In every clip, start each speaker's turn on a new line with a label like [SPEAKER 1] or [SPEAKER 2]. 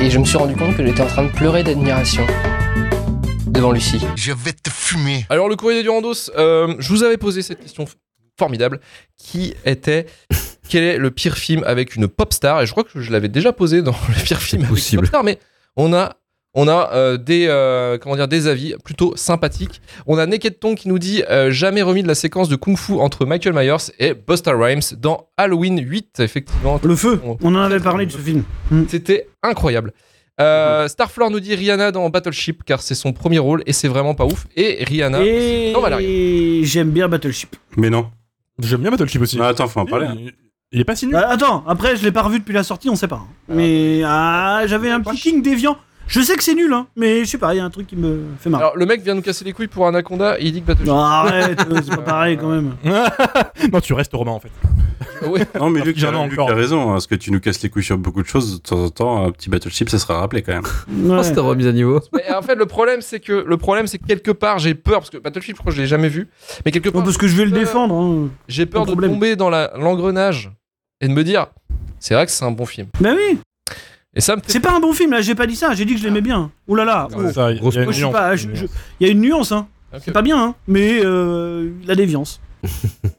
[SPEAKER 1] Et je me suis rendu compte que j'étais en train de pleurer d'admiration devant Lucie.
[SPEAKER 2] Je vais te fumer.
[SPEAKER 3] Alors le courrier du Randos, euh, je vous avais posé cette question f- formidable qui était quel est le pire film avec une pop star Et je crois que je l'avais déjà posé dans le pire film avec une
[SPEAKER 4] possible.
[SPEAKER 3] pop star, mais on a on a euh, des euh, comment dire des avis plutôt sympathiques. On a Naked Tong qui nous dit euh, jamais remis de la séquence de kung fu entre Michael Myers et Busta Rhymes dans Halloween 8 effectivement.
[SPEAKER 5] Le feu.
[SPEAKER 3] On-
[SPEAKER 5] On en avait parlé de ce film.
[SPEAKER 3] C'était incroyable. Euh, Starflore nous dit Rihanna dans Battleship car c'est son premier rôle et c'est vraiment pas ouf. Et Rihanna,
[SPEAKER 5] Et
[SPEAKER 3] Non,
[SPEAKER 5] j'aime bien Battleship.
[SPEAKER 6] Mais non.
[SPEAKER 4] J'aime bien Battleship aussi.
[SPEAKER 6] Mais attends, faut en
[SPEAKER 4] Il-
[SPEAKER 6] parler. hein.
[SPEAKER 4] il, il est pas si nul.
[SPEAKER 5] Bah, attends, après, je l'ai pas revu depuis la sortie, on sait pas. hein. Mais ah, j'avais un petit king déviant. Je sais que c'est nul, hein, mais je sais pas, il y a un truc qui me fait marrer.
[SPEAKER 3] Alors le mec vient nous casser les couilles pour Anaconda et il dit que Battleship.
[SPEAKER 5] Non, arrête, euh, c'est pas pareil quand même.
[SPEAKER 4] Ah. non, tu restes romain en fait.
[SPEAKER 3] Ouais.
[SPEAKER 6] Non, mais Luc,
[SPEAKER 4] J'en ai
[SPEAKER 6] t'as- Luc
[SPEAKER 4] encore.
[SPEAKER 6] a raison. hein, Parce que tu nous casses les couilles sur beaucoup de choses. De temps en temps, un petit Battleship, ça sera rappelé quand même.
[SPEAKER 5] Ouais.
[SPEAKER 7] Oh, c'est ta remise à niveau.
[SPEAKER 3] Mais en fait le problème c'est que le problème c'est que quelque part j'ai peur parce que Battleship je crois que je l'ai jamais vu mais quelque
[SPEAKER 5] Non,
[SPEAKER 3] part
[SPEAKER 5] parce que je vais le
[SPEAKER 3] Euh,
[SPEAKER 5] défendre. hein.
[SPEAKER 3] j'ai peur
[SPEAKER 5] pas
[SPEAKER 3] de
[SPEAKER 5] problème.
[SPEAKER 3] tomber dans la- l'engrenage et de me dire c'est vrai que c'est un bon film.
[SPEAKER 5] Bah oui,
[SPEAKER 3] Et ça me fait
[SPEAKER 5] c'est pas un bon film, là, j'ai pas dit ça, j'ai dit que je l'aimais bien. Ouh là là, oh.
[SPEAKER 4] Ça, il y a
[SPEAKER 7] grosse
[SPEAKER 4] une
[SPEAKER 5] Moi, je suis
[SPEAKER 4] nuance,
[SPEAKER 5] pas-
[SPEAKER 4] une
[SPEAKER 5] je-
[SPEAKER 4] nuance.
[SPEAKER 5] je- il y a une nuance, hein. C'est
[SPEAKER 3] Ok.
[SPEAKER 5] pas bien, hein, mais euh, la déviance.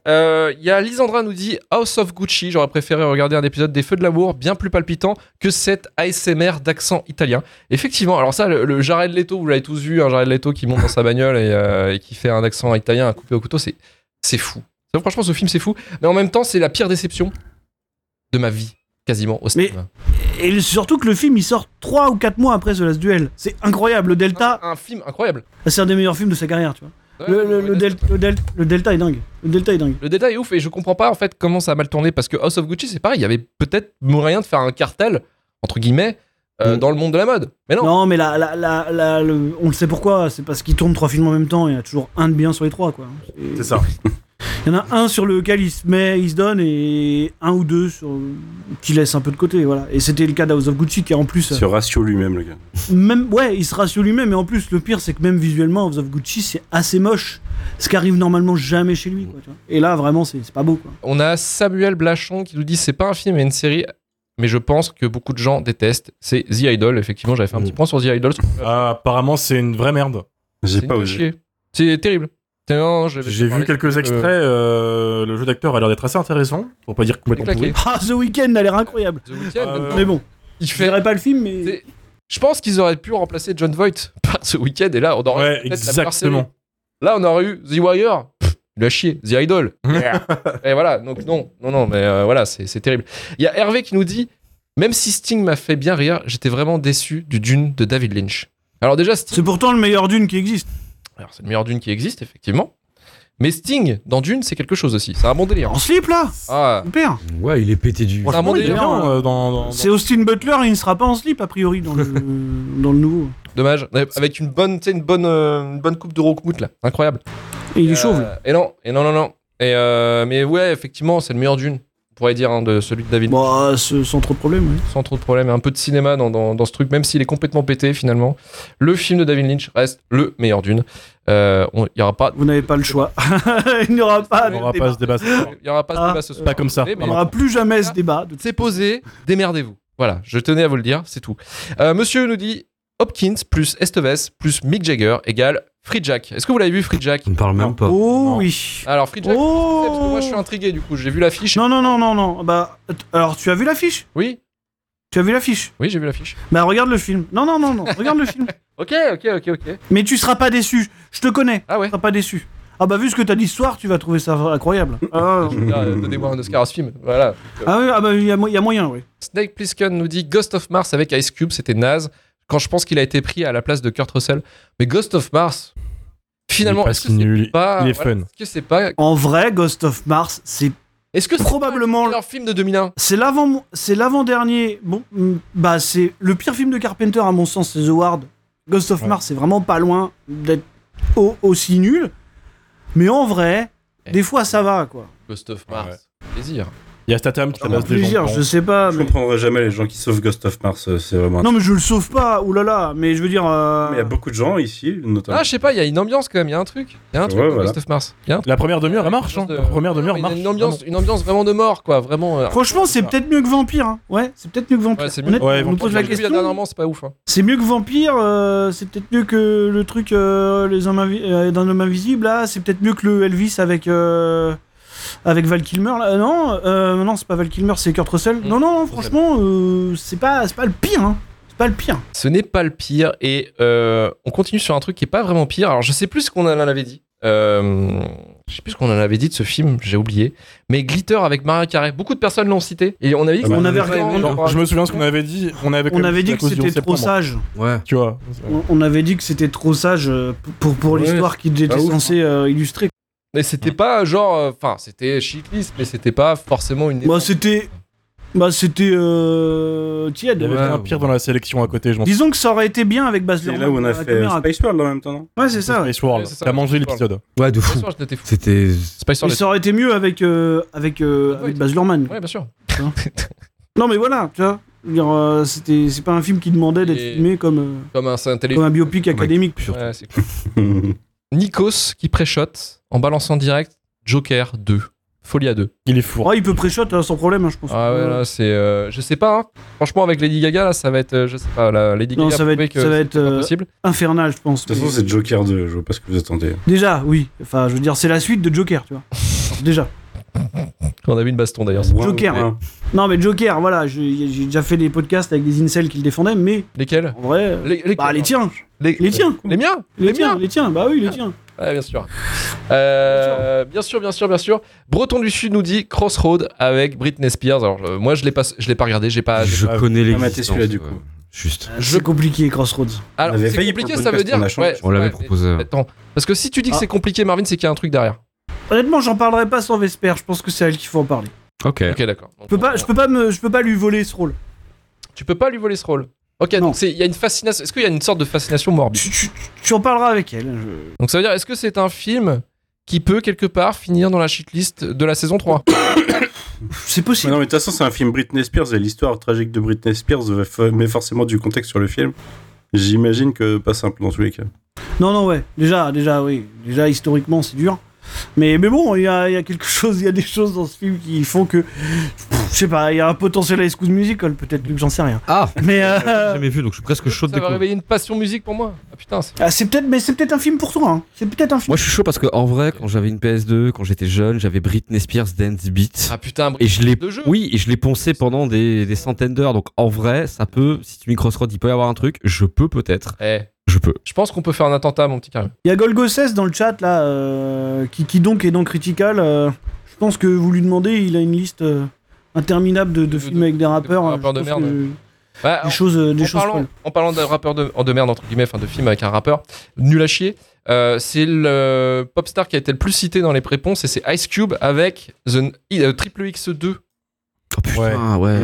[SPEAKER 3] Euh, Il y a Lisandra nous dit House of Gucci. J'aurais préféré regarder un épisode des Feux de l'amour bien plus palpitant que cette ASMR d'accent italien. Effectivement, alors ça, le, le Jared Leto, vous l'avez tous vu, un Jared Leto qui monte dans sa bagnole et, euh, et qui fait un accent italien à couper au couteau, c'est c'est fou. Ça, Franchement, ce film c'est fou, mais en même temps, c'est la pire déception de ma vie, quasiment au cinéma.
[SPEAKER 5] Et le- surtout que le film, il sort 3 ou 4 mois après The Last Duel. C'est incroyable, le Delta,
[SPEAKER 3] Un film incroyable.
[SPEAKER 5] c'est un des meilleurs films de sa carrière, tu vois. Le, le- le del- le del- le Delta est dingue. Le Delta est dingue.
[SPEAKER 3] Le détail est ouf et je comprends pas en fait comment ça a mal tourné parce que House of Gucci c'est pareil, il y avait peut-être moyen de faire un cartel entre guillemets euh,
[SPEAKER 4] Mm.
[SPEAKER 3] dans le monde de la mode. Mais non,
[SPEAKER 5] Non, mais là, là, là, là, le- on le sait pourquoi, c'est parce qu'ils tournent trois films en même temps, il y a toujours un de bien sur les trois, quoi.
[SPEAKER 6] C'est ça.
[SPEAKER 5] Il y en a un sur lequel il se met, il se donne, et un ou deux sur... qui laisse un peu de côté, voilà. Et c'était le cas d'House of Gucci, qui est en plus...
[SPEAKER 6] Sur Ratio lui-même, le gars.
[SPEAKER 5] Même, ouais, il se rassure lui-même, mais en plus, le pire, c'est que même visuellement, House of Gucci, c'est assez moche. Ce qui arrive normalement jamais chez lui, quoi, tu vois. Et là, vraiment, c'est c'est pas beau, quoi.
[SPEAKER 3] On a Samuel Blachon qui nous dit c'est pas un film mais une série, mais je pense que beaucoup de gens détestent. C'est The Idol. Effectivement, j'avais fait un
[SPEAKER 4] Mm.
[SPEAKER 3] petit point sur The Idol.
[SPEAKER 4] Ah, apparemment, c'est une vraie merde.
[SPEAKER 6] J'ai
[SPEAKER 3] C'est
[SPEAKER 6] pas
[SPEAKER 3] nul à
[SPEAKER 6] osé.
[SPEAKER 3] chier. C'est terrible. C'est- non, je- je
[SPEAKER 4] J'ai vu
[SPEAKER 3] parlais-
[SPEAKER 4] quelques
[SPEAKER 3] euh,
[SPEAKER 4] extraits. euh, le jeu d'acteur a l'air d'être assez intéressant. Pour pas dire complètement
[SPEAKER 3] claqué.
[SPEAKER 4] pourri.
[SPEAKER 5] Ah, The Weeknd a l'air incroyable.
[SPEAKER 3] The Weeknd,
[SPEAKER 4] Euh,
[SPEAKER 5] Mais bon,
[SPEAKER 3] il
[SPEAKER 5] je
[SPEAKER 3] fait.
[SPEAKER 5] verrai pas le film, mais...
[SPEAKER 3] C'est- Je pense qu'ils auraient pu remplacer John Voight par The Weeknd et là on aurait
[SPEAKER 4] Ouais,
[SPEAKER 3] peut-être la meilleure
[SPEAKER 4] exactement.
[SPEAKER 3] série. Là on aurait eu The Wire. Pff, Il a chié, The Idol. et voilà, donc non, non, non, mais euh, voilà, c'est c'est terrible. Il y a Hervé qui nous dit Même si Sting m'a fait bien rire, j'étais vraiment déçu du Dune de David Lynch. Alors, déjà, Sting,
[SPEAKER 5] C'est pourtant le meilleur d'une qui existe.
[SPEAKER 3] Alors, c'est le meilleur Dune qui existe, effectivement. Mais Sting, dans Dune, c'est quelque chose aussi. C'est un bon délire.
[SPEAKER 5] En slip, là
[SPEAKER 3] Ah,
[SPEAKER 5] Super
[SPEAKER 7] Ouais, il est pété
[SPEAKER 3] C'est
[SPEAKER 7] du.
[SPEAKER 3] un bon
[SPEAKER 4] Franchement, il est
[SPEAKER 3] délire.
[SPEAKER 4] bien euh, dans. dans-
[SPEAKER 5] C'est Austin Butler, il ne sera pas en slip a priori dans le, dans le nouveau.
[SPEAKER 3] dommage. Avec une bonne, tu sais, une bonne, euh, une bonne coupe de rockmout, là. Incroyable.
[SPEAKER 5] Et il est
[SPEAKER 3] Euh,
[SPEAKER 5] chauve. là.
[SPEAKER 3] Et non, et non, non, non. Et euh, mais ouais, effectivement, c'est le meilleur Dune. On pourrait dire hein, de celui de David.
[SPEAKER 5] Bah, ce- sans trop de problèmes. oui.
[SPEAKER 3] Sans trop de problèmes. Un peu de cinéma dans, dans, dans ce truc, même s'il est complètement pété finalement. Le film de David Lynch reste le meilleur Dune. Euh, on- Il n'y aura pas.
[SPEAKER 5] Vous n'avez pas le choix. il n'y aura pas.
[SPEAKER 4] On
[SPEAKER 5] de
[SPEAKER 4] n'aura
[SPEAKER 5] débat.
[SPEAKER 4] pas ce débat. ce soir.
[SPEAKER 3] Il y aura pas de
[SPEAKER 5] Ah,
[SPEAKER 3] débat ce
[SPEAKER 4] C'est
[SPEAKER 3] soir.
[SPEAKER 4] Pas comme ça.
[SPEAKER 3] Mais-
[SPEAKER 5] Il n'y aura plus jamais ce débat. De...
[SPEAKER 3] C'est posé, démerdez-vous. Voilà, je tenais à vous le dire, c'est tout. Euh, monsieur nous dit Hopkins plus Esteves plus Mick Jagger égale Free Jack. Est-ce que vous l'avez vu Free Jack
[SPEAKER 7] On ne parle même pas.
[SPEAKER 5] Oh
[SPEAKER 4] Non.
[SPEAKER 5] oui.
[SPEAKER 3] Alors Free Ah, Jack,
[SPEAKER 5] Oh.
[SPEAKER 3] parce que moi je suis intrigué du coup, j'ai vu l'affiche.
[SPEAKER 5] Non, non, non, non, non. Bah, att- alors tu as vu l'affiche
[SPEAKER 3] Oui,
[SPEAKER 5] Tu as vu l'affiche
[SPEAKER 3] oui, j'ai vu l'affiche.
[SPEAKER 5] Bah regarde le film. Non, non, non, non. Regarde le film.
[SPEAKER 3] Ok, ok, ok, ok.
[SPEAKER 5] Mais tu seras pas déçu. Je te connais.
[SPEAKER 3] Ah
[SPEAKER 5] Tu
[SPEAKER 3] ouais.
[SPEAKER 5] seras pas déçu. Ah bah vu ce que t'as dit ce soir, tu vas trouver ça incroyable. Ah,
[SPEAKER 3] Je veux dire, euh, Donnez-moi un Oscar à ce film. Voilà.
[SPEAKER 5] ah oui, ah bah il y, a mo- il y a moyen, oui.
[SPEAKER 3] Snake Plissken nous dit Ghost of Mars avec Ice Cube, c'était naze. Quand je pense qu'il a été pris à la place de Kurt Russell. Mais Ghost of Mars, finalement,
[SPEAKER 4] Il est pas
[SPEAKER 3] est-ce que
[SPEAKER 4] si
[SPEAKER 3] c'est
[SPEAKER 4] nul.
[SPEAKER 3] pas.
[SPEAKER 4] Il est
[SPEAKER 3] voilà,
[SPEAKER 4] fun.
[SPEAKER 3] Est-ce que c'est pas.
[SPEAKER 5] En vrai, Ghost of Mars, c'est
[SPEAKER 3] Est-ce que c'est
[SPEAKER 5] Probablement.
[SPEAKER 3] leur film de 2001
[SPEAKER 5] C'est l'avant, c'est l'avant-dernier. Bon, mm, bah c'est le pire film de Carpenter à mon sens, c'est The Ward. Ghost of
[SPEAKER 4] Ouais.
[SPEAKER 5] Mars, c'est vraiment pas loin d'être au- aussi nul. Mais en vrai,
[SPEAKER 3] Eh.
[SPEAKER 5] des fois ça va quoi.
[SPEAKER 3] Ghost of
[SPEAKER 4] Mars.
[SPEAKER 3] Mars. Plaisir.
[SPEAKER 4] Il y a Statham qui
[SPEAKER 5] En
[SPEAKER 4] ramasse des gens.
[SPEAKER 5] plaisir, je sais pas.
[SPEAKER 6] Je
[SPEAKER 5] mais-
[SPEAKER 6] comprendrai jamais les gens qui sauvent Ghost of Mars, euh, c'est vraiment.
[SPEAKER 5] Non mais je le sauve pas. Oulala. Mais je veux dire. euh,
[SPEAKER 6] Mais il y a beaucoup de gens ici, notamment.
[SPEAKER 3] Ah, je sais pas, il y a une ambiance quand même, il y a un truc. Il y a un truc,
[SPEAKER 6] Ouais,
[SPEAKER 3] dans
[SPEAKER 6] voilà.
[SPEAKER 3] Ghost of Mars. Il y a un truc.
[SPEAKER 4] La première demi-heure, elle marche.
[SPEAKER 3] Une
[SPEAKER 4] Hein.
[SPEAKER 3] ambiance
[SPEAKER 4] La
[SPEAKER 3] de-
[SPEAKER 4] première demi-heure
[SPEAKER 3] Une-
[SPEAKER 4] marche.
[SPEAKER 3] Une ambiance, une ambiance vraiment de mort, quoi. Vraiment. euh,
[SPEAKER 5] Franchement, c'est peut-être mieux que Vampire. hein. Ouais, c'est peut-être mieux que Vampire.
[SPEAKER 3] Ouais, c'est mieux.
[SPEAKER 5] Honnêtement,
[SPEAKER 4] Ouais,
[SPEAKER 5] on nous pose la
[SPEAKER 3] j'ai vu
[SPEAKER 5] question.
[SPEAKER 3] Dernièrement, c'est pas ouf. hein.
[SPEAKER 5] C'est mieux que Vampire, euh, c'est peut-être mieux que le truc euh, les hommes invi- euh, d'un homme invisible, là, c'est peut-être mieux que le Elvis avec, euh, avec Val Kilmer, là. Non, euh, non, c'est pas Val Kilmer, c'est Kurt Russell.
[SPEAKER 3] Mm.
[SPEAKER 5] Non, non, non, franchement, euh, c'est pas, c'est pas le pire, hein. C'est pas le pire.
[SPEAKER 3] Ce n'est pas le pire. Et euh, on continue sur un truc qui est pas vraiment pire. Alors, je sais plus ce qu'on en avait dit. Euh, je sais plus ce qu'on en avait dit de ce film, j'ai oublié. Mais Glitter avec Maria Carré, beaucoup de personnes l'ont cité. Et on avait dit
[SPEAKER 6] Ah bah,
[SPEAKER 3] que
[SPEAKER 5] on avait
[SPEAKER 3] c'était
[SPEAKER 5] regardé,
[SPEAKER 3] vraiment-
[SPEAKER 4] Genre, je me souviens ce qu'on avait dit. On avait,
[SPEAKER 5] On avait dit que c'était trop
[SPEAKER 4] ça
[SPEAKER 5] sage.
[SPEAKER 7] Ouais.
[SPEAKER 4] Tu vois.
[SPEAKER 5] On, on avait dit que c'était trop sage euh, pour, pour, pour
[SPEAKER 6] Ouais,
[SPEAKER 5] l'histoire qui était
[SPEAKER 6] pas ouf. hein.
[SPEAKER 5] censée euh, illustrer.
[SPEAKER 3] Mais c'était pas genre. euh, Enfin, c'était chic list, mais c'était pas forcément une.
[SPEAKER 5] Bah, c'était. Bah, c'était. euh, tiède.
[SPEAKER 4] Il y avait
[SPEAKER 7] Ouais,
[SPEAKER 4] un
[SPEAKER 7] ouais.
[SPEAKER 4] pire dans la sélection à côté, je m'en souviens.
[SPEAKER 5] Disons que ça aurait été bien avec Baz
[SPEAKER 6] C'est
[SPEAKER 5] Luhrmann
[SPEAKER 6] là où on
[SPEAKER 5] à
[SPEAKER 6] a
[SPEAKER 5] la
[SPEAKER 6] fait euh,
[SPEAKER 5] caméra.
[SPEAKER 6] Space World en même temps, non
[SPEAKER 5] Ouais, c'est ça.
[SPEAKER 4] Space World.
[SPEAKER 3] Ouais, c'est ça,
[SPEAKER 4] T'as mangé
[SPEAKER 3] Space
[SPEAKER 4] l'épisode.
[SPEAKER 7] Ouais, de
[SPEAKER 3] Bien
[SPEAKER 7] fou.
[SPEAKER 3] sûr, j'étais fou.
[SPEAKER 7] C'était.
[SPEAKER 3] Spice
[SPEAKER 5] Mais
[SPEAKER 3] Girls.
[SPEAKER 5] ça aurait été mieux avec, euh, avec, euh, avec Baz Luhrmann.
[SPEAKER 3] Ouais, bien sûr.
[SPEAKER 5] Non, mais voilà, tu vois. Je veux dire, euh, c'était- c'est pas un film qui demandait d'être
[SPEAKER 3] Et-
[SPEAKER 5] filmé comme, euh,
[SPEAKER 3] Comme un, c'est un télé.
[SPEAKER 5] comme un biopic académique.
[SPEAKER 7] Surtout.
[SPEAKER 3] Ouais, c'est cool. Nikos qui préchote en balançant direct Joker 2. Folie à 2.
[SPEAKER 4] Il est fourré.
[SPEAKER 5] Ouais, il peut pré-shot hein, sans problème, hein, je pense.
[SPEAKER 3] Ah ouais, là, c'est. euh, je sais pas, hein. franchement, avec Lady Gaga, là, ça va être. euh, Je sais pas, là, Lady
[SPEAKER 5] Non,
[SPEAKER 3] Gaga,
[SPEAKER 5] ça
[SPEAKER 3] a
[SPEAKER 5] va
[SPEAKER 3] prouvé
[SPEAKER 5] être-
[SPEAKER 3] que
[SPEAKER 5] ça va
[SPEAKER 3] c'est
[SPEAKER 5] être,
[SPEAKER 3] pas
[SPEAKER 5] euh,
[SPEAKER 3] possible.
[SPEAKER 5] Infernal, je pense.
[SPEAKER 6] De toute façon,
[SPEAKER 5] Mais-
[SPEAKER 6] c'est Joker 2, je vois pas ce que vous attendez.
[SPEAKER 5] Déjà, oui. Enfin, je veux dire, c'est la suite de Joker, tu vois. Déjà.
[SPEAKER 3] On a vu une baston d'ailleurs.
[SPEAKER 5] Joker.
[SPEAKER 6] Ouais, Ah, ouais.
[SPEAKER 5] Non, mais Joker, voilà, j'ai j'ai déjà fait des podcasts avec des incels qui le défendaient, mais
[SPEAKER 3] Lesquels
[SPEAKER 5] en vrai. euh,
[SPEAKER 3] les, les-
[SPEAKER 5] Bah, les tiens
[SPEAKER 3] les-
[SPEAKER 5] Les tiens
[SPEAKER 3] les Ah. miens
[SPEAKER 5] Les tiens Les tiens Bah oui, les tiens
[SPEAKER 3] Ouais, bien sûr. Euh, bien sûr, bien sûr, bien sûr. Breton du Sud nous dit Crossroad avec Britney Spears. Alors, euh, moi, je l'ai pas, je l'ai pas regardé, j'ai pas.
[SPEAKER 7] Je
[SPEAKER 4] Ah,
[SPEAKER 7] connais les.
[SPEAKER 6] ah, mais t'es celui-là, du coup.
[SPEAKER 7] Juste.
[SPEAKER 5] C'est compliqué, Crossroads.
[SPEAKER 3] Alors,
[SPEAKER 6] On avait
[SPEAKER 3] c'est
[SPEAKER 6] failli
[SPEAKER 3] compliqué,
[SPEAKER 6] pour le
[SPEAKER 3] ça veut
[SPEAKER 6] podcast,
[SPEAKER 3] dire.
[SPEAKER 6] on a changé.
[SPEAKER 7] On l'avait
[SPEAKER 3] ouais,
[SPEAKER 7] proposé.
[SPEAKER 3] mais- Attends, parce que si tu dis que
[SPEAKER 5] Ah.
[SPEAKER 3] c'est compliqué, Marvin, c'est qu'il y a un truc derrière.
[SPEAKER 5] Honnêtement, j'en parlerai pas sans Vesper, je pense que c'est à elle qu'il faut en parler.
[SPEAKER 7] Ok.
[SPEAKER 3] Ok, d'accord.
[SPEAKER 5] Je peux pas, je peux pas, me, je peux pas lui voler ce rôle.
[SPEAKER 3] Tu peux pas lui voler ce rôle. Ok,
[SPEAKER 5] Non.
[SPEAKER 3] donc c'est- il y a une fascination. Est-ce qu'il y a une sorte de fascination morbide
[SPEAKER 5] Tu, tu- tu en parleras avec elle. je-
[SPEAKER 3] Donc ça veut dire, est-ce que c'est un film qui peut quelque part finir dans la shitlist de la saison 3
[SPEAKER 5] C'est
[SPEAKER 6] Mais
[SPEAKER 5] possible.
[SPEAKER 6] non, mais de toute façon, c'est un film Britney Spears et l'histoire tragique de Britney Spears va fa- met forcément du contexte sur le film. J'imagine que pas simple dans tous les cas.
[SPEAKER 5] Non, non, ouais. Déjà, déjà, oui. Déjà, historiquement, c'est dur. Mais, mais bon, il y a, il y a quelque chose, il y a des choses dans ce film qui font que. Pff, Je sais pas, il y a un potentiel à High School Musical, peut-être, Luc, j'en sais rien.
[SPEAKER 7] Ah
[SPEAKER 5] Mais. euh,
[SPEAKER 7] J'ai jamais vu, donc je suis presque chaud de
[SPEAKER 3] Ça va
[SPEAKER 7] découvrir.
[SPEAKER 3] réveiller une passion musique pour moi. Ah putain, c'est-
[SPEAKER 5] ah, c'est peut-être, mais c'est peut-être un film pour toi. hein. C'est peut-être un film.
[SPEAKER 7] Moi, je suis chaud parce que en vrai, quand j'avais une PS2, quand j'étais jeune, j'avais Britney Spears Dance Beat.
[SPEAKER 3] ah putain,
[SPEAKER 7] Et je l'ai.
[SPEAKER 3] de jeu.
[SPEAKER 7] Oui, et je l'ai poncé pendant des, des centaines d'heures. Donc en vrai, ça peut. Si tu mets Crossroad, il peut y avoir un truc. Je peux peut-être.
[SPEAKER 3] Eh,
[SPEAKER 7] Je peux.
[SPEAKER 3] je pense qu'on peut faire un attentat, mon petit Karim.
[SPEAKER 5] Il y a Golgosses dans le chat, là, euh, qui, qui donc est dans Critical. euh, je pense que vous lui demandez, il a une liste euh, interminable de, de
[SPEAKER 3] De-
[SPEAKER 5] films
[SPEAKER 3] de-
[SPEAKER 5] avec des rappeurs.
[SPEAKER 3] de
[SPEAKER 5] euh,
[SPEAKER 3] rappeurs de
[SPEAKER 5] je pense
[SPEAKER 3] merde.
[SPEAKER 5] que
[SPEAKER 3] Bah,
[SPEAKER 5] Des choses, euh, des
[SPEAKER 3] en,
[SPEAKER 5] choses folles.
[SPEAKER 3] parlant, en parlant de rappeur de, de merde, entre guillemets, enfin de film avec un rappeur, nul à chier, euh, c'est le popstar qui a été le plus cité dans les réponses et c'est Ice Cube avec The euh, Triple X2.
[SPEAKER 7] Oh putain, ouais.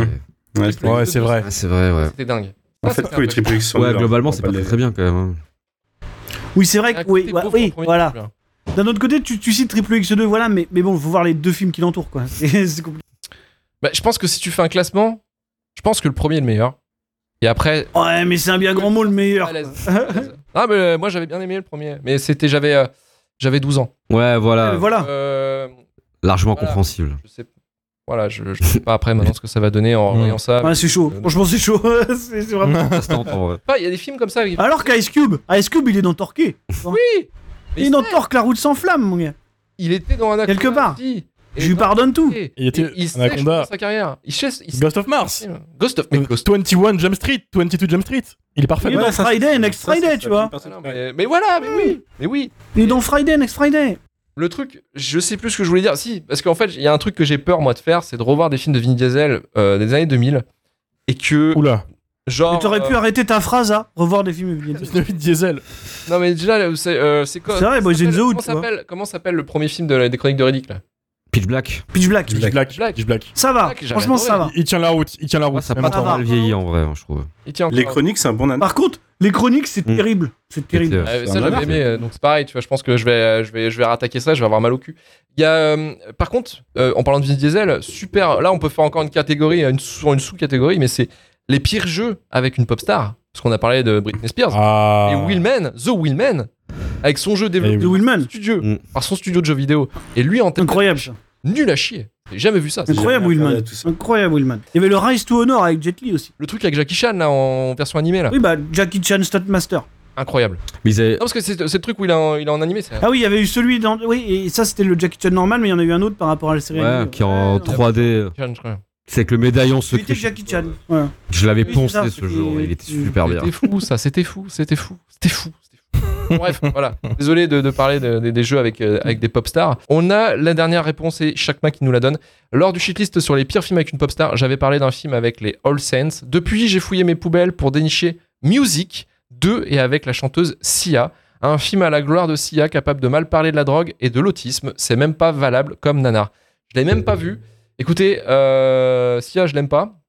[SPEAKER 6] Mmh. Ouais, c'est-
[SPEAKER 4] Ouais, c'est vrai.
[SPEAKER 7] Ah, c'est vrai, ouais.
[SPEAKER 3] C'était dingue.
[SPEAKER 6] en
[SPEAKER 3] Ça,
[SPEAKER 6] fait,
[SPEAKER 3] c'était un
[SPEAKER 6] tous les
[SPEAKER 3] peu-
[SPEAKER 6] triple X sont
[SPEAKER 7] Ouais,
[SPEAKER 6] nuls, hein,
[SPEAKER 7] globalement,
[SPEAKER 6] on
[SPEAKER 7] c'est
[SPEAKER 6] va
[SPEAKER 7] pas
[SPEAKER 6] les-
[SPEAKER 7] très bien quand même. hein.
[SPEAKER 5] Oui, c'est vrai
[SPEAKER 3] Ah,
[SPEAKER 5] que, oui,
[SPEAKER 3] c'était
[SPEAKER 5] ouais,
[SPEAKER 3] pauvre
[SPEAKER 5] oui,
[SPEAKER 3] le premier hein.
[SPEAKER 5] voilà.
[SPEAKER 3] film.
[SPEAKER 5] D'un autre côté, tu, tu cites Triple X2, voilà, mais, mais bon, faut voir les deux films qui l'entourent, quoi. C'est c'est compliqué.
[SPEAKER 3] Bah, je pense que si tu fais un classement, je pense que le premier est le meilleur. Et après.
[SPEAKER 5] Ouais, mais c'est un bien grand mot, le meilleur.
[SPEAKER 3] à l'aise, à l'aise. Ah, mais euh, moi j'avais bien aimé le premier. Mais c'était. J'avais euh, j'avais 12 ans.
[SPEAKER 7] Ouais, voilà.
[SPEAKER 5] Voilà.
[SPEAKER 3] Euh,
[SPEAKER 7] Largement
[SPEAKER 3] Voilà.
[SPEAKER 7] compréhensible.
[SPEAKER 3] je sais, voilà, je, je sais pas après maintenant ce que ça va donner en
[SPEAKER 4] Mm.
[SPEAKER 3] voyant ça.
[SPEAKER 5] Ouais, c'est chaud.
[SPEAKER 3] Euh,
[SPEAKER 5] Franchement, c'est chaud. c'est c'est vraiment...
[SPEAKER 7] Ça se tente, en vrai.
[SPEAKER 3] Pas, Il y a des films comme ça. avec-
[SPEAKER 5] Alors qu'Ice Cube, Ice Cube, il est dans Torquay.
[SPEAKER 3] Oui Mais
[SPEAKER 5] Il est dans Torque, la route sans flamme, mon gars.
[SPEAKER 3] Il était dans Anaconda.
[SPEAKER 5] Quelque part.
[SPEAKER 3] aussi. Et
[SPEAKER 5] Je lui
[SPEAKER 3] dans-
[SPEAKER 5] pardonne tout.
[SPEAKER 3] Et
[SPEAKER 4] Il était
[SPEAKER 3] il sèche
[SPEAKER 4] Anaconda.
[SPEAKER 3] dans sa carrière. Il chasse. Il
[SPEAKER 4] Ghost of Mars.
[SPEAKER 3] sèche. Ghost of. Mais
[SPEAKER 4] Euh,
[SPEAKER 3] Ghost.
[SPEAKER 4] 21 Jump Street. 22 Jump Street. Il est parfait.
[SPEAKER 5] Il est dans Friday, Next
[SPEAKER 6] Ça, c'est-
[SPEAKER 5] Friday,
[SPEAKER 6] ça,
[SPEAKER 5] tu vois.
[SPEAKER 3] Ah non, mais, mais voilà, mais oui, mais oui.
[SPEAKER 5] Il est dans Friday, Next Friday.
[SPEAKER 3] Le truc, je sais plus ce que je voulais dire. Si, parce qu'en fait, il y a un truc que j'ai peur moi de faire, c'est de revoir des films de Vin Diesel euh, des années 2000 et que
[SPEAKER 4] Oula.
[SPEAKER 5] Mais
[SPEAKER 3] genre.
[SPEAKER 5] T'aurais pu
[SPEAKER 3] euh,
[SPEAKER 5] arrêter ta phrase à revoir des films. Vin Diesel.
[SPEAKER 4] David Diesel.
[SPEAKER 3] Non mais déjà, là, c'est euh, c'est quoi
[SPEAKER 5] C'est vrai,
[SPEAKER 3] comment
[SPEAKER 5] Boys in
[SPEAKER 3] s'appelle- comment
[SPEAKER 5] the Hood, tu vois.
[SPEAKER 3] s'appelle- Comment s'appelle le premier film de la- des Chroniques de Riddick là
[SPEAKER 7] Pitch Black.
[SPEAKER 5] Pitch Black.
[SPEAKER 6] Pitch Black.
[SPEAKER 4] Black.
[SPEAKER 3] Black.
[SPEAKER 4] Pitch Black.
[SPEAKER 5] Ça va,
[SPEAKER 3] Black, j'avais
[SPEAKER 5] franchement
[SPEAKER 3] adoré.
[SPEAKER 5] ça va.
[SPEAKER 4] Il tient la route, il tient la route.
[SPEAKER 7] Ouais, ça a
[SPEAKER 4] même
[SPEAKER 7] pas
[SPEAKER 4] en-
[SPEAKER 5] ça
[SPEAKER 7] trop
[SPEAKER 5] va.
[SPEAKER 7] mal vieilli en vrai, hein, je trouve.
[SPEAKER 3] Il tient
[SPEAKER 6] Les
[SPEAKER 3] encore.
[SPEAKER 6] chroniques, c'est un bon anime.
[SPEAKER 5] Par contre, les chroniques, c'est
[SPEAKER 7] Mm.
[SPEAKER 5] terrible. C'est terrible.
[SPEAKER 7] C'était-
[SPEAKER 3] Ouais, mais
[SPEAKER 6] C'est
[SPEAKER 3] ça,
[SPEAKER 6] un
[SPEAKER 3] j'avais
[SPEAKER 6] honneur.
[SPEAKER 3] aimé, euh, donc c'est pareil, tu vois, je pense que je vais, euh, je vais, je vais rattaquer ça, je vais avoir mal au cul. Il y a, euh, par contre, euh, en parlant de Vin Diesel, super, là on peut faire encore une catégorie, une sous- une sous-catégorie, mais c'est les pires jeux avec une pop star, parce qu'on a parlé de Britney Spears,
[SPEAKER 4] Ah.
[SPEAKER 3] et Willman, The Willman, avec son jeu développé
[SPEAKER 4] Eh oui.
[SPEAKER 5] De Willman.
[SPEAKER 3] studio,
[SPEAKER 7] Mm.
[SPEAKER 3] par son studio de jeux vidéo, et lui en tête,
[SPEAKER 5] Incroyable ça.
[SPEAKER 3] nul à chier, j'ai jamais vu ça.
[SPEAKER 6] J'ai
[SPEAKER 5] Incroyable
[SPEAKER 6] jamais regardé
[SPEAKER 5] Willman.
[SPEAKER 6] tout ça.
[SPEAKER 5] Incroyable Willman. Il y avait le Rise to Honor avec Jet Li aussi.
[SPEAKER 3] Le truc avec Jackie Chan, là, en version animée, là,
[SPEAKER 5] Oui, bah Jackie Chan Stuntmaster.
[SPEAKER 3] incroyable.
[SPEAKER 7] Mais ils avaient-
[SPEAKER 3] Non, parce que c'est c'est le truc où il est en, il est en animé, c'est
[SPEAKER 5] Ah oui, il y avait eu celui dans. Oui, et ça c'était le Jackie Chan normal, mais il y en a eu un autre par rapport à la série.
[SPEAKER 7] Ouais,
[SPEAKER 5] animée.
[SPEAKER 7] qui est en
[SPEAKER 5] Ouais,
[SPEAKER 7] 3D.
[SPEAKER 3] Chan, je crois.
[SPEAKER 7] C'est que le médaillon
[SPEAKER 5] Il était
[SPEAKER 7] secret.
[SPEAKER 5] Jackie Chan. Voilà.
[SPEAKER 7] Je l'avais
[SPEAKER 5] Oui, c'est ça,
[SPEAKER 7] poncé ce
[SPEAKER 5] c'était-
[SPEAKER 7] jour, il était super bien.
[SPEAKER 3] C'était fou, ça, c'était fou, c'était fou, c'était fou. c'était fou. Bref, voilà. Désolé de, de parler de- de- des jeux avec, euh, avec des pop stars. On a la dernière réponse et Chakma qui nous la donne. Lors du shitlist sur les pires films avec une pop star, j'avais parlé d'un film avec les All Saints. Depuis, j'ai fouillé mes poubelles pour dénicher Music 2 et avec la chanteuse Sia. Un film à la gloire de Sia capable de mal parler de la drogue et de l'autisme. C'est même pas valable comme nanar. Je l'ai même pas vu. Écoutez, euh, Sia, je l'aime pas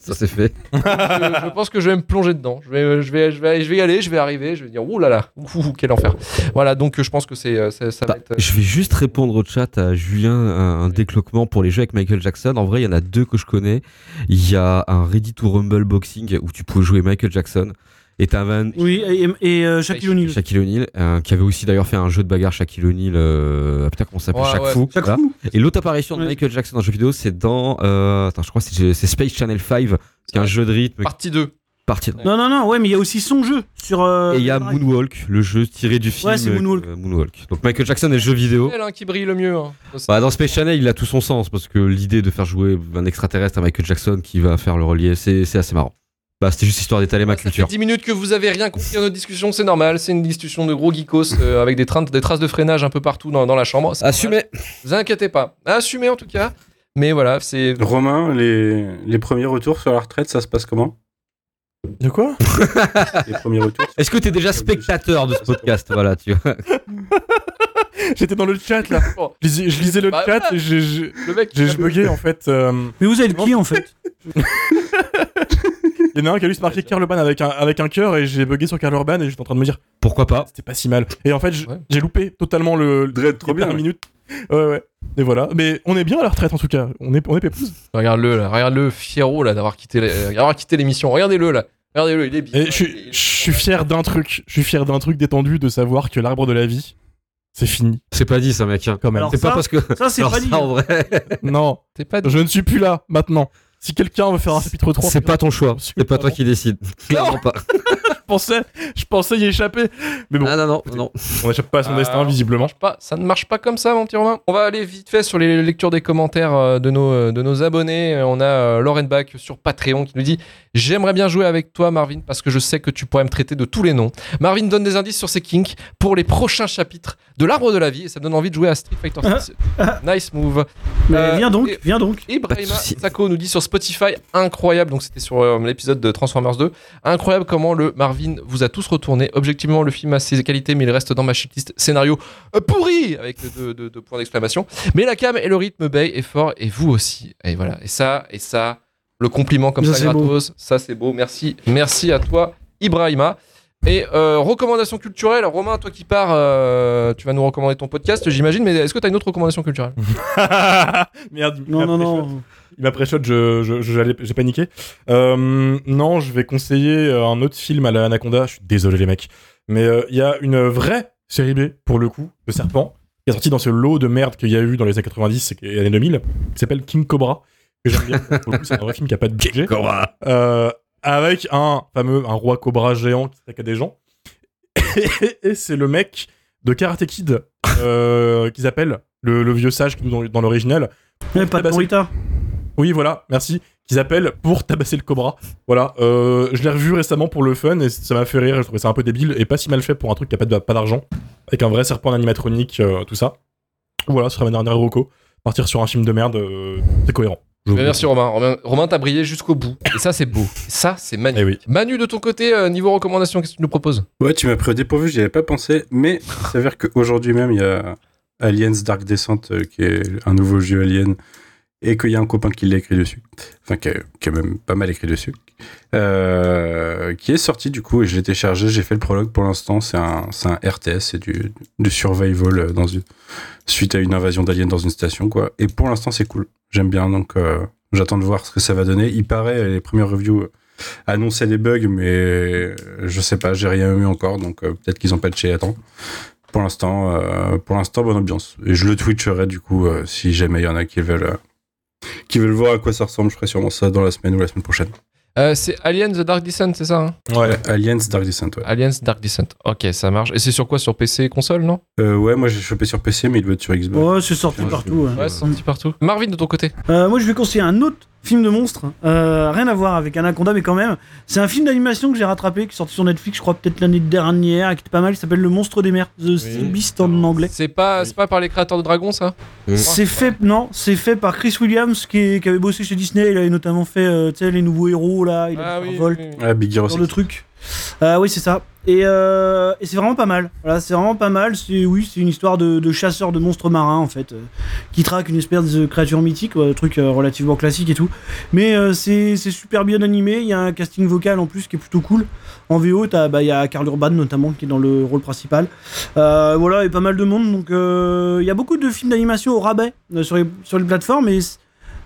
[SPEAKER 7] Ça c'est fait.
[SPEAKER 3] je, je pense que je vais me plonger dedans. Je vais, euh, je vais, je vais, je vais y aller, je vais arriver, je vais dire ouh là là, ouh, ouh, quel enfer. Voilà, donc euh, je pense que c'est, euh, ça, ça
[SPEAKER 4] Bah,
[SPEAKER 3] va être. euh,
[SPEAKER 7] Bah, Je vais juste répondre au chat à Julien un, un décloquement pour les jeux avec Michael Jackson. En vrai, il y en a deux que je connais. Il y a un Ready to Rumble Boxing où tu pouvais jouer Michael Jackson et t'avais un
[SPEAKER 5] Oui, et, et, euh, Shaquille O'Neal.
[SPEAKER 7] Shaquille O'Neal euh, qui avait aussi d'ailleurs fait un jeu de bagarre Shaquille O'Neal. Euh, putain, comment ça s'appelle
[SPEAKER 3] Ouais,
[SPEAKER 7] Shaq
[SPEAKER 3] ouais.
[SPEAKER 7] Fu,
[SPEAKER 5] Chaque
[SPEAKER 7] voilà.
[SPEAKER 5] fou.
[SPEAKER 7] Et l'autre apparition de
[SPEAKER 5] Ouais.
[SPEAKER 7] Michael Jackson dans un jeu vidéo, c'est dans euh, attends, je crois que c'est c'est Space Channel 5, qui est un jeu de rythme
[SPEAKER 3] Partie 2.
[SPEAKER 7] parti.
[SPEAKER 5] Non, non, non, ouais, mais il y a aussi son jeu sur. euh,
[SPEAKER 7] Et il y a Moonwalk, le jeu tiré du film.
[SPEAKER 5] Ouais, c'est
[SPEAKER 7] euh,
[SPEAKER 5] Moonwalk.
[SPEAKER 7] euh, Moonwalk. Donc Michael Jackson et jeu
[SPEAKER 4] Oh.
[SPEAKER 7] vidéo.
[SPEAKER 3] Elle hein, qui brille le mieux. hein. C'est-
[SPEAKER 7] Bah, dans Space Channel, il a tout son sens parce que l'idée de faire jouer un extraterrestre à Michael Jackson qui va faire le relier, c'est c'est assez marrant. Bah, c'était juste histoire d'étaler ma
[SPEAKER 3] ça fait
[SPEAKER 7] culture.
[SPEAKER 3] 10 minutes que vous avez rien compris à notre discussion, c'est normal. C'est une discussion de gros geekos euh, avec des, trains- des traces de freinage un peu partout dans, dans la chambre. C'est normal.
[SPEAKER 7] Assumez
[SPEAKER 3] Vous inquiétez pas. Assumez en tout cas. Mais voilà, c'est.
[SPEAKER 6] Romain, les, les premiers retours sur la retraite, ça se passe comment
[SPEAKER 4] De quoi
[SPEAKER 6] Les premiers retours
[SPEAKER 7] Est-ce que t'es déjà spectateur de ce podcast Voilà, tu vois.
[SPEAKER 4] J'étais dans le chat là.
[SPEAKER 3] Bon,
[SPEAKER 4] Je lisais, je lisais le
[SPEAKER 3] Bah, Ah,
[SPEAKER 4] chat et j'ai- j'ai
[SPEAKER 3] le mec.
[SPEAKER 4] j'ai- je buguais en fait. euh,
[SPEAKER 5] Mais vous êtes qui en fait
[SPEAKER 4] Il y en a un qui a juste marqué Karl Urban avec un, avec un cœur et j'ai bugué sur Karl Urban et j'étais en train de me dire
[SPEAKER 7] Pourquoi pas
[SPEAKER 4] c'était pas si mal. Et en fait, j-
[SPEAKER 3] Ouais.
[SPEAKER 4] j'ai loupé totalement le.
[SPEAKER 6] Dread, trop
[SPEAKER 4] les
[SPEAKER 6] bien.
[SPEAKER 4] dernières minutes. Ouais, ouais. Et voilà. Mais on est bien à la retraite en tout cas. On est, on est pépouze.
[SPEAKER 3] Regarde-le là, regarde-le Fierro là d'avoir quitté, la- euh, d'avoir quitté l'émission. Regardez-le là. Regardez-le, il est bien.
[SPEAKER 4] Et je suis- je suis fier d'un truc. Je suis fier d'un truc détendu de savoir que l'arbre de la vie, c'est fini.
[SPEAKER 7] C'est pas dit ça, mec. hein.
[SPEAKER 4] Quand même.
[SPEAKER 5] Alors
[SPEAKER 7] C'est pas
[SPEAKER 5] ça,
[SPEAKER 7] parce que.
[SPEAKER 5] Ça, c'est
[SPEAKER 7] Alors
[SPEAKER 5] pas
[SPEAKER 7] ça,
[SPEAKER 5] dit. hein.
[SPEAKER 7] en vrai,
[SPEAKER 4] non,
[SPEAKER 3] T'es pas
[SPEAKER 4] je ne suis plus là maintenant. Si quelqu'un veut faire un chapitre 3,
[SPEAKER 7] c'est pas ton choix.
[SPEAKER 4] Je suis
[SPEAKER 7] C'est pas toi
[SPEAKER 4] vraiment-
[SPEAKER 7] qui décide. Clairement pas.
[SPEAKER 4] Je pensais, je pensais y échapper. Mais bon,
[SPEAKER 7] Ah non, non, non.
[SPEAKER 4] on n'échappe pas à son
[SPEAKER 3] Ah.
[SPEAKER 4] destin, visiblement.
[SPEAKER 3] marche pas, ça ne marche pas comme ça, mon petit Romain. On va aller vite fait sur les lectures des commentaires euh, de nos, euh, de nos abonnés. Euh, On a euh, Lauren Bach sur Patreon qui nous dit J'aimerais bien jouer avec toi, Marvin, parce que je sais que tu pourrais me traiter de tous les noms. Marvin donne des indices sur ses kinks pour les prochains chapitres de L'Arbre de la Vie et ça me donne envie de jouer à Street Fighter 6. nice move.
[SPEAKER 5] Mais
[SPEAKER 3] Euh,
[SPEAKER 5] viens donc,
[SPEAKER 3] et-
[SPEAKER 5] viens donc.
[SPEAKER 7] Pas de
[SPEAKER 3] Ibrahima
[SPEAKER 7] souci.
[SPEAKER 3] Sako nous dit sur Spotify, incroyable, donc c'était sur euh, l'épisode de Transformers 2, incroyable comment le Marvin vous a tous retourné. Objectivement, le film a ses qualités, mais il reste dans ma shitlist scénario euh, pourri avec deux, deux- deux points d'exclamation. Mais la cam et le rythme bay est fort, et vous aussi. Et voilà, et ça, et ça, le compliment comme ça,
[SPEAKER 5] Ça, c'est beau.
[SPEAKER 3] gratos, ça c'est beau, merci, merci à toi, Ibrahima. Et euh, recommandation culturelle, Romain, toi qui pars, euh, tu vas nous recommander ton podcast, j'imagine, mais est-ce que tu as une autre recommandation culturelle
[SPEAKER 4] Merde, il
[SPEAKER 5] Non,
[SPEAKER 4] m'a
[SPEAKER 5] non,
[SPEAKER 4] pré-shot.
[SPEAKER 5] non.
[SPEAKER 4] Il m'a pré-shot, je- je- je- j'allais- j'ai paniqué. Euh, non, je vais conseiller euh, un autre film à la Anaconda. Je suis désolé, les mecs. Mais euh, il y a une vraie série B, pour le coup, de serpent, qui est sortie dans ce lot de merde qu'il y a eu dans les années 90 et années 2000, qui s'appelle King Cobra. Que j'aime bien. Pour le coup, c'est un vrai film qui a pas de budget.
[SPEAKER 7] Cobra.
[SPEAKER 4] Euh, avec un fameux un roi cobra géant qui s'attaque à des gens. et c'est le mec de Karate Kid euh, qu'ils appellent le, le vieux sage qui nous dans, dans l'original.
[SPEAKER 5] Ouais, pas de
[SPEAKER 3] Bah,
[SPEAKER 4] Tabasser-
[SPEAKER 5] Morita.
[SPEAKER 4] Oui, voilà, merci. Qu'ils appellent pour tabasser le cobra. Voilà, euh, je l'ai revu récemment pour le fun et ça m'a fait rire. Je trouvais ça un peu débile et pas si mal fait pour un truc qui a pas de- pas d'argent. Avec un vrai serpent en animatronique, euh, tout ça. Voilà, ce sera ma dernière reco. Partir sur un film de merde, euh, c'est cohérent. Je-
[SPEAKER 3] Mais merci Romain. Romain, Romain, t'as brillé jusqu'au bout. Et ça, c'est beau. Et ça, c'est magnifique.
[SPEAKER 4] Eh oui.
[SPEAKER 3] Manu, de ton côté, euh, niveau recommandation, qu'est-ce que tu nous proposes
[SPEAKER 6] Ouais, tu m'as pris au dépourvu, j'y avais pas pensé, mais il s'avère qu'aujourd'hui même, il y a Aliens Dark Descent, euh, qui est un nouveau jeu Alien, et qu'il y a un copain qui l'a écrit dessus, enfin qui a, qui a même pas mal écrit dessus, euh, qui est sorti du coup, et je l'ai téléchargé, j'ai fait le prologue pour l'instant, c'est un, c'est un RTS, c'est du, du survival euh, dans une, suite à une invasion d'aliens dans une station, quoi. Et pour l'instant, c'est cool, j'aime bien, donc euh, j'attends de voir ce que ça va donner. Il paraît, les premières reviews annonçaient des bugs, mais je sais pas, j'ai rien eu encore, donc euh, peut-être qu'ils ont patché à temps pour l'instant, euh, pour l'instant, bonne ambiance. Et je le twitcherai du coup euh, si jamais il y en a qui veulent, euh, qui veulent voir à quoi ça ressemble. Je ferai sûrement ça dans la semaine ou la semaine prochaine.
[SPEAKER 3] Euh, c'est Alien the Dark Descent, c'est ça hein
[SPEAKER 4] Ouais.
[SPEAKER 6] Aliens Dark Descent, ouais.
[SPEAKER 3] Aliens Dark Descent. Ok, ça marche. Et c'est sur quoi Sur PC et console, non
[SPEAKER 6] Euh, ouais, moi j'ai chopé sur PC, mais il doit être sur Xbox.
[SPEAKER 5] Ouais, c'est sorti
[SPEAKER 6] Ouais,
[SPEAKER 5] partout.
[SPEAKER 3] Ouais, c'est sorti partout. Euh, Marvin, de ton côté
[SPEAKER 5] Euh, moi, je vais conseiller un autre film de monstre. Euh, rien à voir avec Anaconda, mais quand même. C'est un film d'animation que j'ai rattrapé, qui est sorti sur Netflix, je crois, peut-être l'année dernière, et qui était pas mal. Il s'appelle Le Monstre des Mers, The Sea Beast en anglais.
[SPEAKER 3] C'est pas, c'est pas par les créateurs de Dragon, ça
[SPEAKER 5] C'est fait, non, c'est fait par Chris Williams, qui, est- qui avait bossé chez Disney. Il avait notamment fait, euh, tu sais, les nouveaux héros, là. Il a fait Volt.
[SPEAKER 6] Ah, Big Hero
[SPEAKER 5] Dans le
[SPEAKER 6] 6.
[SPEAKER 5] truc. Euh, oui, c'est ça. Et, euh, et c'est vraiment pas mal. Voilà, c'est vraiment pas mal. C'est oui, c'est une histoire de, de chasseurs de monstres marins en fait, euh, qui traquent une espèce de créature mythique, quoi, un truc euh, relativement classique et tout. Mais euh, c'est c'est super bien animé. Il y a un casting vocal en plus qui est plutôt cool. En VO, t'as- bah, il y a Karl Urban notamment qui est dans le rôle principal. Euh, voilà, et pas mal de monde. Donc euh, il y a beaucoup de films d'animation au rabais euh, sur, les, sur les plateformes. Et c-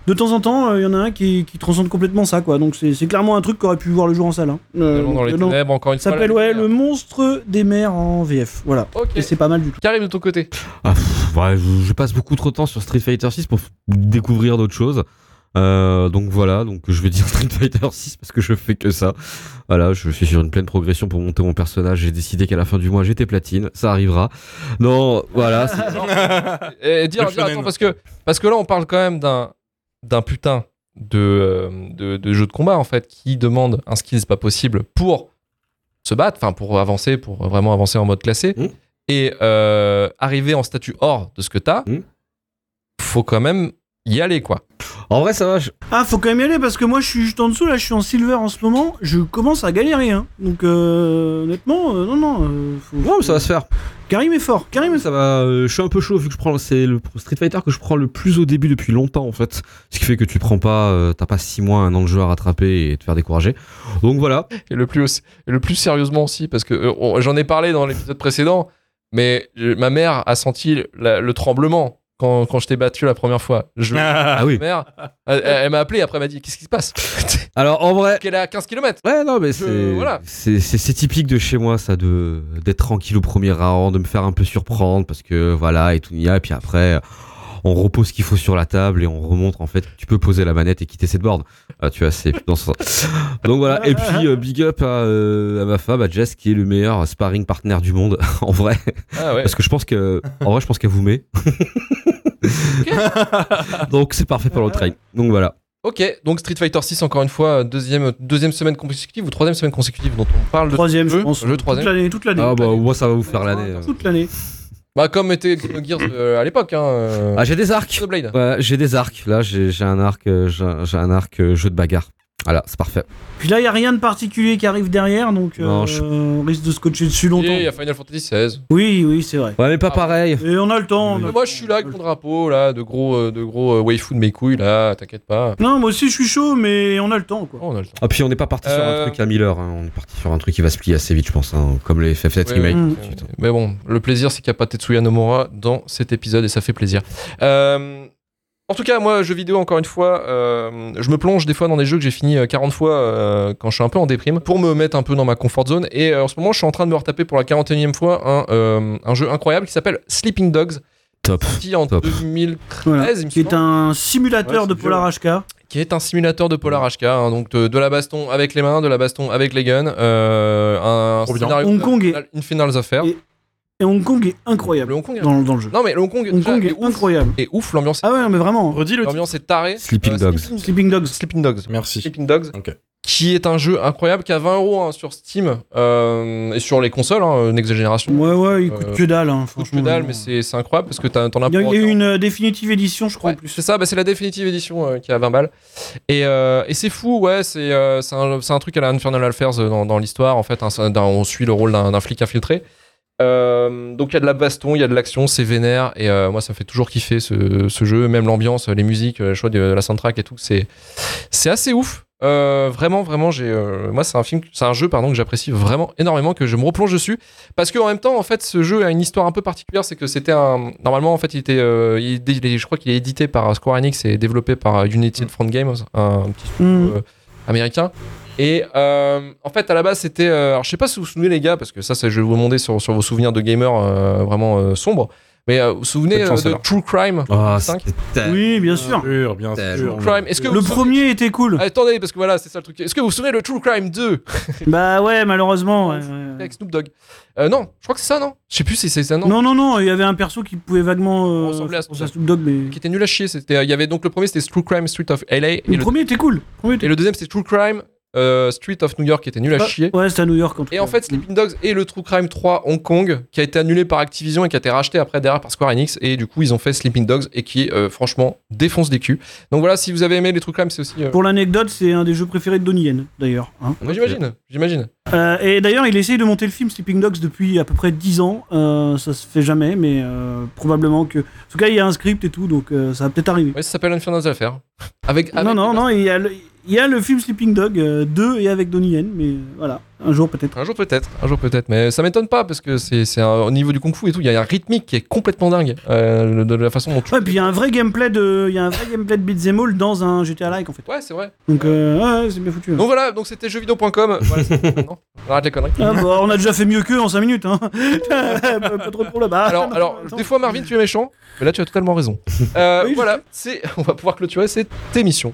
[SPEAKER 5] de temps en temps, euh, il y en a un qui, qui transcende complètement ça. quoi. Donc c'est c'est clairement un truc qui aurait pu voir le jour en salle. hein. Euh,
[SPEAKER 3] dans les
[SPEAKER 5] non.
[SPEAKER 3] ténèbres, encore une
[SPEAKER 5] Ça
[SPEAKER 3] fois.
[SPEAKER 5] s'appelle
[SPEAKER 3] la
[SPEAKER 5] ouais,
[SPEAKER 3] lumière.
[SPEAKER 5] le monstre des mers en VF. Voilà.
[SPEAKER 3] Ok.
[SPEAKER 5] Et c'est pas mal du tout.
[SPEAKER 3] Karim, de ton côté
[SPEAKER 7] Ah, pff, ouais, je, je passe beaucoup trop de temps sur Street Fighter 6 pour f- découvrir d'autres choses. Euh, donc voilà, donc je vais dire Street Fighter 6 parce que je fais que ça. Voilà, je suis sur une pleine progression pour monter mon personnage. J'ai décidé qu'à la fin du mois j'étais platine, ça arrivera. Non, voilà. c'est-
[SPEAKER 3] Et dire, dire,
[SPEAKER 4] Le shonen.
[SPEAKER 3] attends, parce que, parce que là, on parle quand même d'un, d'un putain de, euh, de, de jeu de combat, en fait, qui demande un skill, c'est pas possible, pour se battre, enfin, pour avancer, pour vraiment avancer en mode classé,
[SPEAKER 7] Mm.
[SPEAKER 3] et euh, arriver en statut hors de ce que t'as,
[SPEAKER 7] Mm.
[SPEAKER 3] faut quand même y aller, quoi.
[SPEAKER 7] En vrai, ça va. je-
[SPEAKER 5] Ah, faut quand même y aller parce que moi je suis juste en dessous. Là, je suis en silver en ce moment. Je commence à galérer. Hein. Donc euh, honnêtement, euh, non, non. euh, faut-
[SPEAKER 7] Ouais, mais ça va se faire.
[SPEAKER 5] Karim est fort. Karim est
[SPEAKER 7] Ça va. euh, je suis un peu chaud vu que je prends. C'est le Street Fighter que je prends le plus au début depuis longtemps en fait. Ce qui fait que tu prends pas. euh, T'as pas 6 mois, un an de jeu à rattraper et te faire décourager. Donc voilà.
[SPEAKER 3] Et le plus, aussi- et le plus sérieusement aussi, parce que euh, on- j'en ai parlé dans l'épisode précédent, mais je- ma mère a senti la- le tremblement quand, quand je t'ai battu la première fois. Je,
[SPEAKER 7] Ah oui.
[SPEAKER 3] ma mère, elle, elle m'a appelé après, elle m'a dit Qu'est-ce qui se passe
[SPEAKER 7] Alors en vrai,
[SPEAKER 3] Qu'elle est à 15 km.
[SPEAKER 7] Ouais, non, mais
[SPEAKER 3] Je-
[SPEAKER 7] c'est
[SPEAKER 3] voilà.
[SPEAKER 7] c'est c'est- c'est typique de chez moi, ça, de d'être tranquille au premier round, de me faire un peu surprendre parce que voilà et tout y a, et puis après. On repose ce qu'il faut sur la table et on remonte en fait. Tu peux poser la manette et quitter cette board. Ah, tu vois, c'est dans ce sens. Donc voilà. Et puis euh, big up à, euh, à ma femme, à Jess, qui est le meilleur sparring partner du monde en vrai.
[SPEAKER 3] Ah ouais.
[SPEAKER 7] Parce que je pense que, en vrai, je pense qu'elle vous met. Donc c'est parfait pour le train. Donc voilà.
[SPEAKER 3] Ok, donc Street Fighter 6, encore une fois, deuxième, deuxième semaine consécutive ou troisième semaine consécutive dont on parle de
[SPEAKER 5] troisième, je
[SPEAKER 3] jeu,
[SPEAKER 5] pense.
[SPEAKER 3] le
[SPEAKER 5] Toute
[SPEAKER 3] troisième.
[SPEAKER 5] l'année, toute l'année.
[SPEAKER 7] Ah bah moi ça va vous faire l'année. euh.
[SPEAKER 5] Toute l'année.
[SPEAKER 3] Bah, comme était Chrono Gears euh, à l'époque, hein. euh,
[SPEAKER 7] Ah j'ai des arcs.
[SPEAKER 3] Xenoblade.
[SPEAKER 7] Ouais, j'ai des arcs. Là, j'ai j'ai un arc, euh, j'ai un j'ai un arc euh, jeu de bagarre. Voilà, c'est parfait.
[SPEAKER 5] Puis là, il y a rien de particulier qui arrive derrière, donc euh,
[SPEAKER 7] Non, je-
[SPEAKER 5] on risque de se coacher dessus
[SPEAKER 3] Et
[SPEAKER 5] longtemps.
[SPEAKER 3] il y a Final Fantasy XVI.
[SPEAKER 5] Oui, oui, c'est vrai.
[SPEAKER 7] Ouais, mais pas
[SPEAKER 3] Ah.
[SPEAKER 7] pareil.
[SPEAKER 5] Et on a le temps. on a le
[SPEAKER 3] Moi,
[SPEAKER 5] temps.
[SPEAKER 3] je suis là avec mon drapeau, là, de gros, euh, de gros euh, waifu de mes couilles, là, t'inquiète pas.
[SPEAKER 5] Non, moi aussi, je suis chaud, mais on a le temps, quoi.
[SPEAKER 3] Oh, on a le temps.
[SPEAKER 7] Ah, puis on n'est pas parti sur
[SPEAKER 3] Euh.
[SPEAKER 7] un truc à 1000 heures. hein. On est parti sur un truc qui va se plier assez vite, je pense. hein, Comme les FF7
[SPEAKER 3] Ouais,
[SPEAKER 7] Remake.
[SPEAKER 5] ouais.
[SPEAKER 7] tout de suite.
[SPEAKER 3] Mais bon, le plaisir, c'est qu'il n'y a pas Tetsuya Nomura dans cet épisode et ça fait plaisir. Euh, en tout cas, moi, jeux vidéo, encore une fois, euh, je me plonge des fois dans des jeux que j'ai fini euh, 40 fois euh, quand je suis un peu en déprime pour me mettre un peu dans ma comfort zone. Et euh, en ce moment, je suis en train de me retaper pour la 41e fois un, euh, un jeu incroyable qui s'appelle Sleeping Dogs,
[SPEAKER 7] Top.
[SPEAKER 3] sorti en
[SPEAKER 7] Top.
[SPEAKER 3] 2013,
[SPEAKER 5] Voilà.
[SPEAKER 3] il me
[SPEAKER 5] Qui est
[SPEAKER 3] semble,
[SPEAKER 5] un
[SPEAKER 6] Ouais,
[SPEAKER 5] simulateur
[SPEAKER 6] c'est
[SPEAKER 5] de
[SPEAKER 6] vieux,
[SPEAKER 5] Polar HK.
[SPEAKER 3] qui est un simulateur de Polar HK. hein, donc, de, de la baston avec les mains, de la baston avec les guns. euh, un
[SPEAKER 4] Trop bien.
[SPEAKER 3] scénario-
[SPEAKER 5] Hong Kong est-
[SPEAKER 3] une Finals Affair.
[SPEAKER 5] Et- Et Hong Kong est incroyable
[SPEAKER 3] Le Hong Kong est-
[SPEAKER 5] dans, dans le jeu.
[SPEAKER 3] Non mais le Hong Kong,
[SPEAKER 5] Hong
[SPEAKER 3] déjà,
[SPEAKER 5] Kong
[SPEAKER 3] est
[SPEAKER 5] est
[SPEAKER 3] ouf.
[SPEAKER 5] incroyable.
[SPEAKER 3] Et ouf, l'ambiance,
[SPEAKER 5] Ah ouais, non, mais vraiment.
[SPEAKER 4] Redis le.
[SPEAKER 3] l'ambiance est tarée. Euh,
[SPEAKER 7] Sleeping Dogs.
[SPEAKER 5] Sleeping Dogs.
[SPEAKER 3] Sleeping Dogs.
[SPEAKER 4] Merci.
[SPEAKER 3] Sleeping Dogs.
[SPEAKER 4] Ok.
[SPEAKER 3] Qui est un jeu incroyable qui a 20 euros hein, sur Steam euh, et sur les consoles, hein, Next Generation.
[SPEAKER 5] Ouais, ouais, il coûte
[SPEAKER 3] Euh,
[SPEAKER 5] que dalle, hein,
[SPEAKER 3] Coûte
[SPEAKER 5] franchement.
[SPEAKER 3] que dalle, mais c'est c'est incroyable parce que t'as- t'en as
[SPEAKER 5] Il y a,
[SPEAKER 3] pour
[SPEAKER 5] il y a eu
[SPEAKER 3] encore-
[SPEAKER 5] une euh, définitive édition, je crois,
[SPEAKER 3] Ouais,
[SPEAKER 5] en plus.
[SPEAKER 3] c'est ça, bah, c'est la définitive édition euh, qui a 20 balles. Et, euh, et c'est fou, ouais, c'est euh, c'est un, c'est un truc à la Infernal Affairs euh, dans, dans l'histoire. En fait, hein, c'est un- d'un- on suit le rôle d'un d'un flic infiltré. Euh, donc il y a de la baston, il y a de l'action, c'est vénère et euh, moi ça me fait toujours kiffer ce, ce jeu, même l'ambiance, les musiques, le choix de la soundtrack et tout, c'est c'est assez ouf. Euh, vraiment, vraiment, j'ai euh, moi c'est un film, c'est un jeu pardon que j'apprécie vraiment énormément, que je me replonge dessus parce que en même temps en fait ce jeu a une histoire un peu particulière, c'est que c'était un normalement en fait il était, euh, il- il est- je crois qu'il est édité par Square Enix et développé par euh, United Front Games, un petit
[SPEAKER 5] Hmm.
[SPEAKER 3] euh, américain. Et euh, en fait, à la base, c'était. euh, alors, je sais pas si vous vous souvenez, les gars, parce que ça, c'est- je vais vous demander sur, sur vos souvenirs de gamers euh, vraiment euh, sombres. Mais euh, vous vous souvenez
[SPEAKER 6] Peut-être
[SPEAKER 3] euh,
[SPEAKER 6] sans
[SPEAKER 3] de
[SPEAKER 6] savoir.
[SPEAKER 3] True Crime
[SPEAKER 7] Oh,
[SPEAKER 3] Cinq.
[SPEAKER 7] c'était tel-
[SPEAKER 5] Oui, bien sûr.
[SPEAKER 4] sûr, bien
[SPEAKER 7] Putain,
[SPEAKER 4] sûr.
[SPEAKER 3] True Crime. Est-ce que vous
[SPEAKER 5] Le
[SPEAKER 3] vous souvenez-
[SPEAKER 5] premier était cool.
[SPEAKER 3] Ah, Attendez, parce que voilà, c'est ça le truc. Est-ce que vous vous souvenez de True Crime 2
[SPEAKER 5] Bah ouais, malheureusement. ouais, ouais.
[SPEAKER 3] avec Snoop Dogg Euh, Non, je crois que c'est ça, non Je sais plus si c'est ça, non.
[SPEAKER 5] Non, non, non, il y avait un perso qui pouvait vaguement euh,
[SPEAKER 3] Ressembler à Snoop
[SPEAKER 5] penser à Snoop Dogg, mais.
[SPEAKER 3] Qui était nul à chier. C'était, euh, il y avait donc le premier, c'était True Crime Street of LA. Et
[SPEAKER 5] Le,
[SPEAKER 3] le,
[SPEAKER 5] premier était cool. Le premier était-
[SPEAKER 3] et le deuxième, c'était True Crime euh, Street of New York, qui était nul à
[SPEAKER 5] Ah,
[SPEAKER 3] chier.
[SPEAKER 5] Ouais, c'était à New York en tout
[SPEAKER 3] Et en
[SPEAKER 5] cas.
[SPEAKER 3] fait, Sleeping Dogs et le True Crime 3 Hong Kong, qui a été annulé par Activision et qui a été racheté après derrière par Square Enix. Et du coup, ils ont fait Sleeping Dogs et qui, euh, franchement, défonce des culs. Donc voilà, si vous avez aimé les True Crime, c'est aussi. euh,
[SPEAKER 5] Pour l'anecdote, c'est un des jeux préférés de Donnie Yen, d'ailleurs. hein.
[SPEAKER 3] Moi, j'imagine, j'imagine.
[SPEAKER 5] Euh, et d'ailleurs, il essaye de monter le film Sleeping Dogs depuis à peu près 10 ans. Euh, ça se fait jamais, mais euh, probablement que. En tout cas, il y a un script et tout, donc euh, ça va peut-être arriver.
[SPEAKER 3] Ouais, ça s'appelle Unfernals Affair. Avec, avec-
[SPEAKER 5] non, non, non, il y, a le... il y a le film Sleeping Dog euh, 2 et avec Donnie Yen, mais euh, voilà, un jour peut-être.
[SPEAKER 3] Un jour peut-être, un jour peut-être, mais ça m'étonne pas parce que c'est c'est un- au niveau du kung fu et tout, il y a un rythmique qui est complètement dingue euh, de, de la façon dont tu.
[SPEAKER 5] Ouais, puis il y a un vrai gameplay de, il y a un vrai gameplay de Beat'em All dans un GTA-like en fait.
[SPEAKER 3] Ouais, c'est vrai.
[SPEAKER 5] Donc euh, ouais, c'est bien foutu. hein.
[SPEAKER 3] Donc voilà, donc c'était jeuxvideo.com. Voilà, c'est tout maintenant. on arrête les conneries.
[SPEAKER 5] Ah, bah, on a déjà fait mieux qu'eux en 5 minutes. Hein. pas, pas trop de problème. Ah,
[SPEAKER 3] Alors,
[SPEAKER 5] non,
[SPEAKER 3] alors
[SPEAKER 5] attends.
[SPEAKER 3] des fois, Marvin, tu es méchant, mais là, tu as totalement raison. Euh,
[SPEAKER 5] Oui, je
[SPEAKER 3] voilà, c'est, on va pouvoir clôturer cette émission.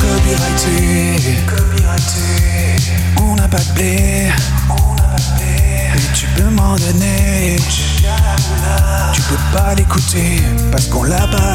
[SPEAKER 2] Copyrighté, copyrighté. On n'a pas de blé, on n'a pas de blé. Et tu peux m'en donner, tu peux pas l'écouter parce qu'on l'a pas